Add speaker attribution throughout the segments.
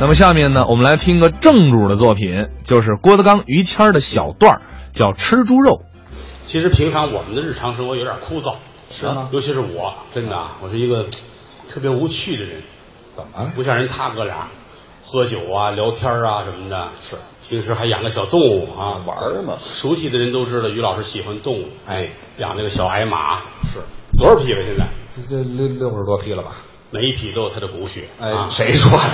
Speaker 1: 那么下面呢，我们来听个正主的作品，就是郭德纲、于谦儿的小段儿，叫《吃猪肉》。
Speaker 2: 其实平常我们的日常生活有点枯燥，啊
Speaker 3: 是吗
Speaker 2: 尤其是我，真的啊，我是一个特别无趣的人，
Speaker 3: 怎么了
Speaker 2: 不像人他哥俩，喝酒啊、聊天啊什么的。是，平时还养个小动物啊，
Speaker 3: 玩儿嘛
Speaker 2: 熟悉的人都知道，于老师喜欢动物，
Speaker 3: 嗯哎，
Speaker 2: 养那个小矮马，
Speaker 3: 是
Speaker 2: 多少匹了？现在
Speaker 3: 这六六十多批了吧？
Speaker 2: 每一匹都有它的骨血。
Speaker 3: 哎
Speaker 2: 啊、
Speaker 3: 谁说的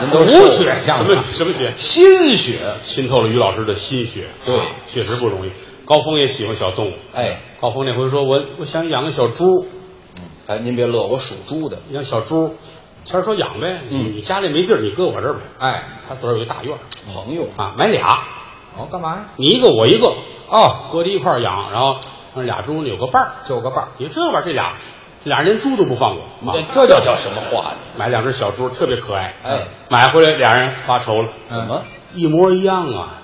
Speaker 3: 您都
Speaker 2: 骨
Speaker 3: 瘦
Speaker 2: 血
Speaker 3: 了像
Speaker 2: 什
Speaker 3: 吗
Speaker 2: 么什么血？
Speaker 3: 心血，
Speaker 2: 浸透了于老师的心血，
Speaker 3: 对
Speaker 2: 啊确实不容易。高峰也喜欢小动物，
Speaker 3: 哎
Speaker 2: 高峰那回说我我想养个小猪，
Speaker 3: 哎，您别乐，我属猪的，
Speaker 2: 养小猪。谦儿说养呗，
Speaker 3: 嗯
Speaker 2: 你家里没地儿，你搁我这儿呗。
Speaker 3: 哎，
Speaker 2: 他自个儿有一大院儿
Speaker 3: 朋友，
Speaker 2: 啊，买俩，
Speaker 3: 哦，干嘛呀？
Speaker 2: 你一个我一个，
Speaker 3: 哦，
Speaker 2: 搁在一块儿养，然后让俩猪呢有个伴儿。
Speaker 3: 就个伴儿，
Speaker 2: 你这玩意儿这俩，这俩人连猪都不放过
Speaker 3: 你
Speaker 2: 啊！
Speaker 3: 这这叫叫什么话呢？
Speaker 2: 买两只小猪特别可爱，
Speaker 3: 嗯
Speaker 2: 啊
Speaker 3: 哎，
Speaker 2: 买回来俩人发愁了，
Speaker 3: 怎么？
Speaker 2: 一模一样啊，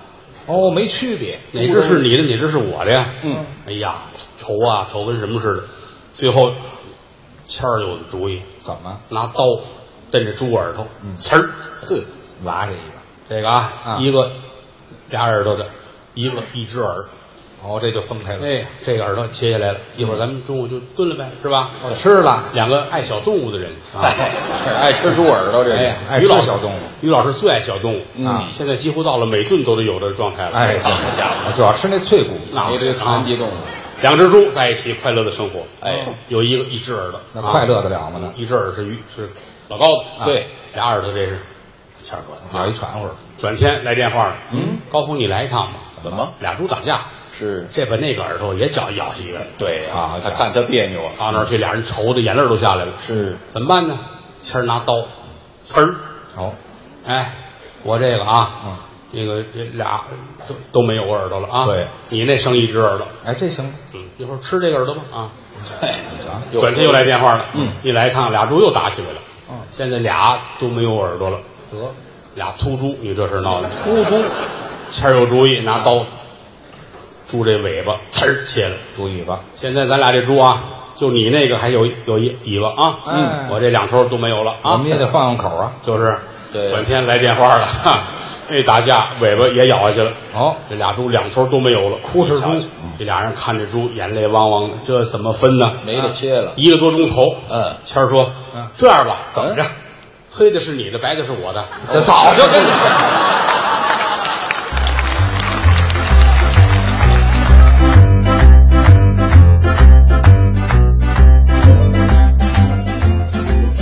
Speaker 3: 嗯哦，没区别，
Speaker 2: 哪只是你的，哪只是我的呀？
Speaker 3: 嗯，
Speaker 2: 哎呀，愁啊，愁跟什么似的。最后，谦儿有的主意，
Speaker 3: 怎么？
Speaker 2: 拿刀瞪着猪耳朵，
Speaker 3: 嗯
Speaker 2: 呲儿，
Speaker 3: 哼，拉下一个，
Speaker 2: 这个啊，
Speaker 3: 啊
Speaker 2: 一个俩耳朵的，一个一只耳，
Speaker 3: 哦，这就分开了。
Speaker 2: 哎，这个耳朵切下来了，一会儿咱们中午就炖了呗，是吧？
Speaker 3: 我吃了，
Speaker 2: 两个爱小动物的人啊，
Speaker 3: 哎，这爱吃猪耳朵，这
Speaker 2: 哎
Speaker 3: 个
Speaker 2: 呀，
Speaker 3: 爱
Speaker 2: 于
Speaker 3: 吃
Speaker 2: 老师
Speaker 3: 小动物。
Speaker 2: 于老师最爱小动物
Speaker 3: 嗯
Speaker 2: 啊，现在几乎到了每顿都得有的状态了。
Speaker 3: 哎，
Speaker 2: 好家伙！
Speaker 3: 我主要吃那脆骨，
Speaker 2: 那
Speaker 3: 你这
Speaker 2: 是
Speaker 3: 残疾动物，
Speaker 2: 两只猪在一起快乐的生活，
Speaker 3: 哎，
Speaker 2: 有一个一只耳朵，
Speaker 3: 那
Speaker 2: 啊
Speaker 3: 快乐得了吗呢
Speaker 2: 一只耳是鱼是老高的，
Speaker 3: 啊
Speaker 2: 对，俩耳朵这是谦儿哥的
Speaker 3: 有一传乎儿。
Speaker 2: 转天来电话了，
Speaker 3: 嗯，
Speaker 2: 高峰你来一趟吧，
Speaker 3: 怎么
Speaker 2: 俩猪打架，
Speaker 3: 是
Speaker 2: 这把那个耳朵也咬咬下一个，
Speaker 3: 对
Speaker 2: 啊
Speaker 3: 啊，他看他别扭啊，
Speaker 2: 到那儿去俩人愁的眼泪都下来了，
Speaker 3: 是
Speaker 2: 怎么办呢？谦儿拿刀，呲儿，
Speaker 3: 哦，
Speaker 2: 哎，我这个啊，
Speaker 3: 嗯，
Speaker 2: 那个这俩都都没有耳朵了啊，
Speaker 3: 对，
Speaker 2: 你那剩一只耳朵，
Speaker 3: 哎，这行，
Speaker 2: 嗯，一会儿吃这个耳朵吧啊。
Speaker 3: 哎，行，
Speaker 2: 转天又来电话了，
Speaker 3: 嗯
Speaker 2: 一来一趟俩猪又打起来了，
Speaker 3: 嗯
Speaker 2: 现在俩都没有耳朵了，
Speaker 3: 得，
Speaker 2: 俩秃猪，你这事儿闹的秃猪，谦儿有主意，拿刀，猪这尾巴呲儿切了，
Speaker 3: 注意吧，
Speaker 2: 现在咱俩这猪啊，就你那个还有一有一尾巴啊，
Speaker 3: 嗯
Speaker 2: 我这两头都没有了啊，
Speaker 3: 我们也得换换口啊。
Speaker 2: 就是
Speaker 3: 对
Speaker 2: 转天来电话了，哈，那打架尾巴也咬下去了。
Speaker 3: 哦，嗯
Speaker 2: 这俩猪两头都没有了，哭哧
Speaker 3: 瞧
Speaker 2: 猪
Speaker 3: 瞧。
Speaker 2: 这俩人看着猪，眼泪汪汪的，这怎么分呢？
Speaker 3: 没得切了
Speaker 2: 一个多钟头。
Speaker 3: 嗯
Speaker 2: 谦儿说
Speaker 3: 嗯：“
Speaker 2: 这样吧，怎么着
Speaker 3: 嗯？
Speaker 2: 黑的是你的，白的是我的。
Speaker 3: 这早就跟你说了。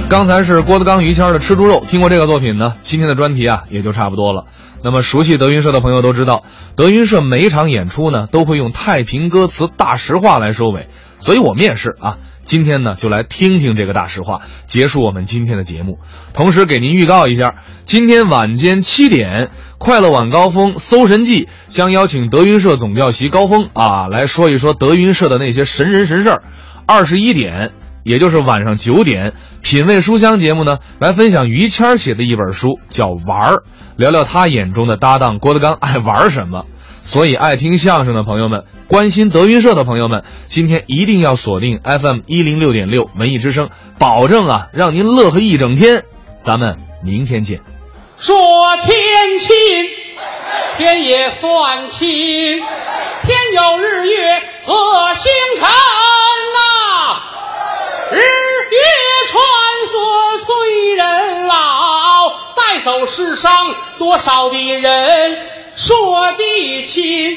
Speaker 1: 刚才是郭德纲、于谦儿的《吃猪肉》，听过这个作品呢，今天的专题啊也就差不多了。那么熟悉德云社的朋友都知道，德云社每一场演出呢都会用太平歌词大实话来收尾，所以我们也是啊。今天呢，就来听听这个大实话，结束我们今天的节目。同时给您预告一下，今天晚间七点，《快乐晚高峰》《搜神记》将邀请德云社总教习高峰啊来说一说德云社的那些神人神事儿。二十一点，也就是晚上九点，品味书香节目呢，来分享于谦儿写的一本书，叫《玩儿》，聊聊他眼中的搭档郭德纲爱玩什么。所以，爱听相声的朋友们，关心德云社的朋友们，今天一定要锁定 FM 一零六点六文艺之声，保证啊，让您乐呵一整天。咱们明天见。”
Speaker 2: 说天亲，天也算亲，天有日月和星辰呐、日月穿梭催人老，带走世上多少的人。说地亲，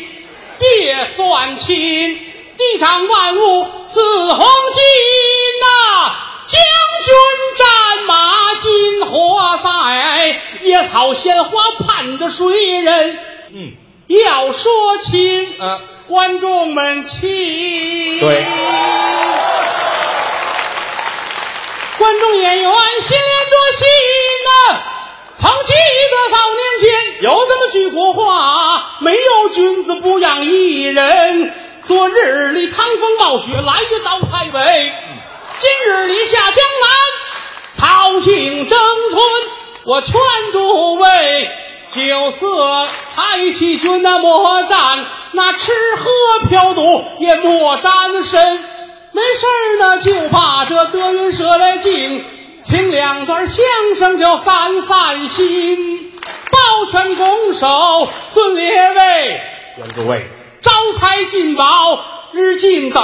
Speaker 2: 地也算亲，地长万物似黄金呐、将军战马金火在，野草鲜花盼着谁人？
Speaker 3: 嗯，
Speaker 2: 要说亲，
Speaker 3: 啊
Speaker 2: 观众们亲。
Speaker 3: 对
Speaker 2: 观众演员心连着心呐、曾记得早年间有这么句国话：没有君子不养艺人。昨日里趟风冒雪来得到太北，今日里下江南，桃杏争春。我劝诸位，酒色财气君那莫沾，那吃喝嫖赌也莫沾身。没事儿呢，就把这德云社来敬。
Speaker 4: 听两段相声就散散心，抱拳拱手，尊列位，
Speaker 2: 愿诸位
Speaker 4: 招财进宝，日进斗，